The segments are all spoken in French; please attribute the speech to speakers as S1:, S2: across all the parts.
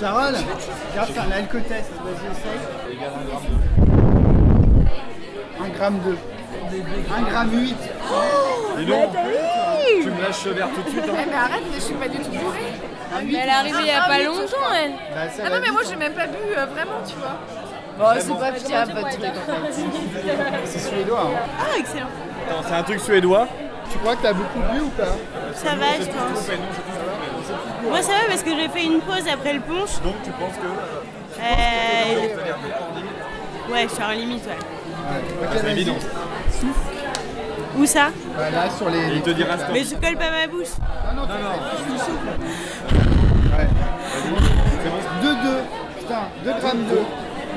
S1: Carole, regarde ça, la Alcotest, vas-y, essaye. Un gramme 2. Un gramme 8.
S2: Dis
S3: Mais
S2: donc,
S3: t'as vu
S2: tu me lâches ce verre tout de suite. hein.
S4: Eh, Mais arrête, mais je suis pas du tout bourrée.
S3: Ah, Mais elle est arrivée il n'y a pas longtemps, elle.
S1: Bah, ça va
S4: Ah non, mais
S1: vite,
S4: moi
S1: hein.
S4: j'ai même pas bu, euh, vraiment, tu vois.
S3: Bon, c'est pas fiable, votre truc.
S1: C'est suédois. hein.
S5: Ah, excellent.
S2: Attends, C'est un truc suédois.
S1: Tu crois que t'as beaucoup bu ou pas
S5: Ça va, je pense. Moi, ça va parce que j'ai fait une pause après le punch.
S2: Donc tu penses que
S5: Euh, Ouais, je suis en limite, ouais.
S1: Ok,
S2: Ah, c'est
S1: vas-y.
S2: évident.
S5: Où ça
S1: Bah, là, sur les. Ah
S2: Il te dira ce qu'on
S5: Mais je colle pas ma bouche.
S1: Non, non, non.
S2: C'est bon
S1: 2, 2. Putain, 2 grammes 2.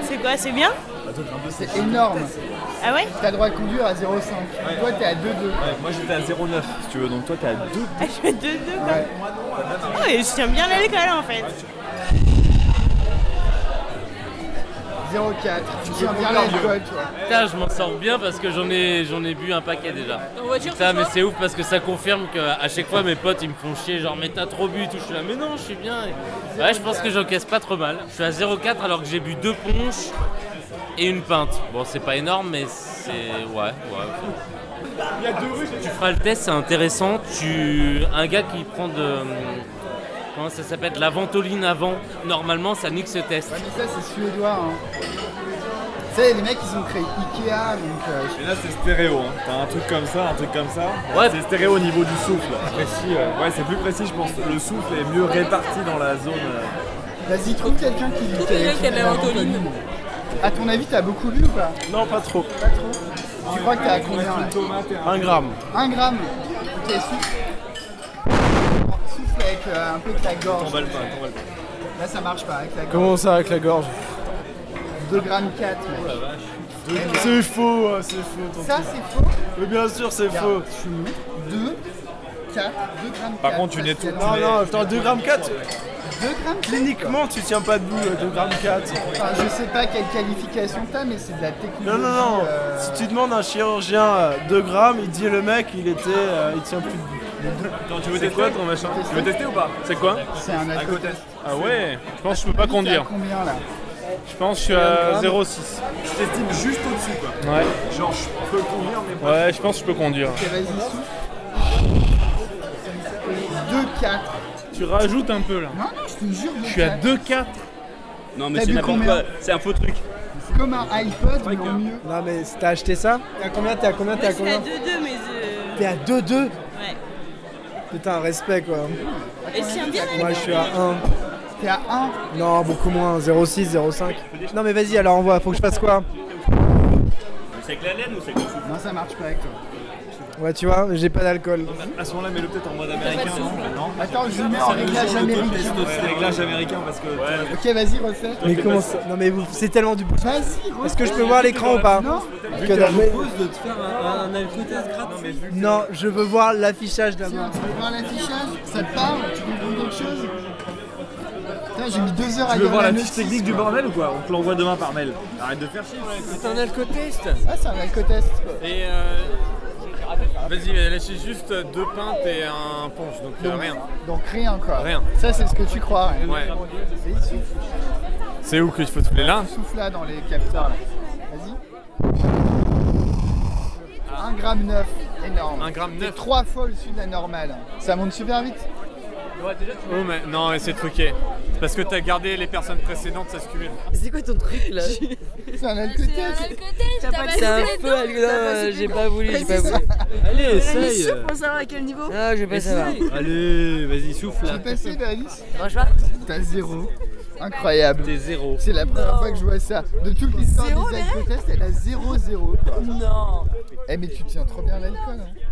S5: C'est quoi C'est bien
S1: C'est énorme.
S5: Ah ouais
S1: T'as le droit de conduire à 0,5. Toi, t'es à 2,2.
S2: Ouais, Moi j'étais à 0,9 si tu veux, donc toi t'es à 2.
S5: Ah, Je fais 2-2 quoi. Ah ouais, je tiens bien l'alcool en fait.
S1: 0,4. Tu tiens bien l'alcool, tu vois.
S6: Putain, je m'en sors bien parce que j'en ai, j'en ai bu un paquet déjà. Putain, mais c'est ouf parce que ça confirme qu'à chaque fois mes potes ils me font chier, genre mais t'as trop bu et tout. Je suis là, mais non, je suis bien. Ouais, je pense que j'encaisse pas trop mal. Je suis à 0,4 alors que j'ai bu deux ponches et une pinte. Bon, c'est pas énorme, mais c'est. Ouais, ouais.
S2: Il y a deux rues, j'ai
S6: Tu feras le test, c'est intéressant. Tu... Un gars qui prend de. hum, Comment ça s'appelle de La ventoline avant. Normalement, ça nique ce test.
S1: Ouais, mais ça, c'est suédois. Hein. Tu sais, les mecs, ils ont créé Ikea, donc. euh,
S2: Mais là c'est stéréo, hein. t'as un truc comme ça, un truc comme ça.
S6: Ouais.
S2: C'est stéréo au niveau du souffle. Précis, euh, ouais, c'est plus précis je pense. Le souffle est mieux réparti dans la zone. euh.
S1: Vas-y, trouve quelqu'un qui Trouve quelqu'un qui a de la À ton avis, t'as beaucoup bu ou pas
S2: Non, pas trop.
S1: Pas trop. Tu crois que t'as à combien là
S2: Une tomate et un... gramme.
S1: 1 gramme. Ok, souffle. Souffle avec euh, un peu de ta gorge.
S2: T'emballes pas, t'emballes pas.
S1: Là, ça marche pas avec la gorge.
S7: Comment ça avec la gorge
S1: 2 grammes 4,
S2: Oh
S1: mec.
S7: C'est faux, euh, c'est faux.
S1: Ça, c'est faux.
S7: Mais bien sûr, c'est faux.
S1: Regarde, je suis mets 2, 4, 2 grammes 4.
S2: Par contre, tu nettoies-
S7: Ah Non,
S2: Mais-
S7: non, putain, 2 grammes 4,
S1: 2 grammes 4
S7: cliniquement tu tiens pas debout, 2 grammes 4.
S1: Enfin, je sais pas quelle qualification t'as, mais c'est de la technique. euh,
S7: Non, non, non, si tu demandes à un chirurgien 2 grammes, il dit le mec, il était, euh, il tient plus debout.
S2: Attends, tu veux tester quoi ton machin Tu veux tester ou pas
S8: C'est quoi
S1: C'est un alcotest.
S8: Ah ouais Je pense que je peux pas
S1: T'es à
S8: conduire.
S1: combien là
S8: Je pense que je suis à 0,6.
S2: Je t'estime juste au-dessus quoi.
S8: Ouais.
S2: Genre je peux conduire mais pas.
S8: Ouais, je pense que je peux conduire.
S1: Ok, vas-y, souffle. 2, 4.
S8: Tu rajoutes un peu là.
S1: Non, non, je te jure, 2,
S8: Je suis à
S1: 4.
S8: 2,4.
S9: Non,
S1: T'as
S9: mais c'est
S1: vu
S9: n'importe
S1: combien
S9: quoi. C'est un faux truc.
S1: C'est comme un iPod, mais en mieux.
S7: Non, mais t'as acheté ça T'es à combien T'es à combien T'es
S5: Je
S7: à
S5: suis à 2-2,
S7: combien
S5: mais. euh,
S7: T'es à 2-2
S5: Ouais.
S7: Putain, respect quoi.
S5: Et je tiens bien
S7: Moi, je suis à 1.
S1: T'es à 1.
S7: Non, beaucoup moins, 0,6, 0,5. Non, mais vas-y, alors on voit, faut que je fasse quoi
S9: C'est avec la laine ou c'est avec le souffle
S1: Non, ça marche pas avec toi.
S7: Ouais, tu vois, j'ai pas d'alcool.
S2: À ce moment-là, mets-le peut-être en mode américain. Non
S1: Attends, je le mets en réglage américain.
S2: C'est réglage américain parce que.
S1: Ok, vas-y, refais.
S7: Mais comment ça Non, mais vous- c'est tellement du bullshit.
S1: Vas-y, refais.
S7: Est-ce que je peux voir l'écran ou pas
S1: Non,
S7: Que dalle.
S2: de te faire un, alcotest gratuit.
S7: Non, je veux voir l'affichage de la main.
S1: Tiens, tu veux voir l'affichage Ça te parle Tu comprends quelque chose Putain, j'ai mis 2 heures à
S2: Tu veux
S1: lire
S2: voir la fiche
S1: notice,
S2: technique du bordel ou quoi On te l'envoie demain par mail. Arrête de faire chier.
S8: C'est un alcotest
S1: Ah, c'est un alcotest. quoi.
S8: Et euh... Vas-y, mais là c'est juste deux pintes et un punch, donc euh, rien.
S1: Donc rien quoi.
S8: Rien.
S1: Ça, c'est ce que tu crois. hein.
S8: Ouais.
S1: Et il souffle,
S8: C'est où que je faut souffler là
S1: souffle là dans les capteurs. là. Vas-y. 1 gramme 9, énorme.
S8: 1 Ah. gramme 9
S1: 3 fois au-dessus de la normale. Ça monte super vite.
S8: Oh mais non, mais c'est truqué. C'est Parce que t'as gardé les personnes précédentes, ça se cumule.
S10: C'est quoi ton truc là
S1: C'est un alcotest.
S10: C'est un peu alcool. Non, euh, j'ai pas voulu, j'ai pas voulu.
S2: Allez, essaye
S3: Pour savoir à quel niveau
S10: Non, je vais pas savoir.
S2: Allez, vas-y, souffle là.
S1: T'es passé de Alice
S10: Franchement,
S1: T'as 0. Incroyable.
S2: T'es zéro.
S1: C'est la première fois que je vois ça. De toute l'histoire des alcools tests, elle a 0-0. quoi.
S3: Non.
S1: Eh mais tu tiens trop bien l'alcool. hein.